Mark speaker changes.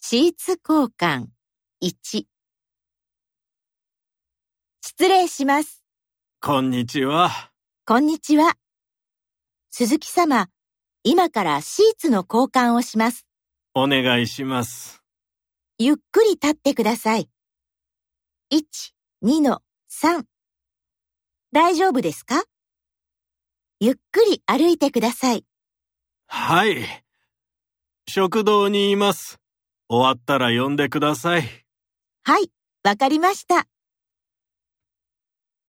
Speaker 1: シーツ交換1失礼します。
Speaker 2: こんにちは。
Speaker 1: こんにちは。鈴木様、今からシーツの交換をします。
Speaker 2: お願いします。
Speaker 1: ゆっくり立ってください。1、2の3。大丈夫ですかゆっくり歩いてください。
Speaker 2: はい。食堂にいます。終わったら呼んでください。
Speaker 1: はい、わかりました。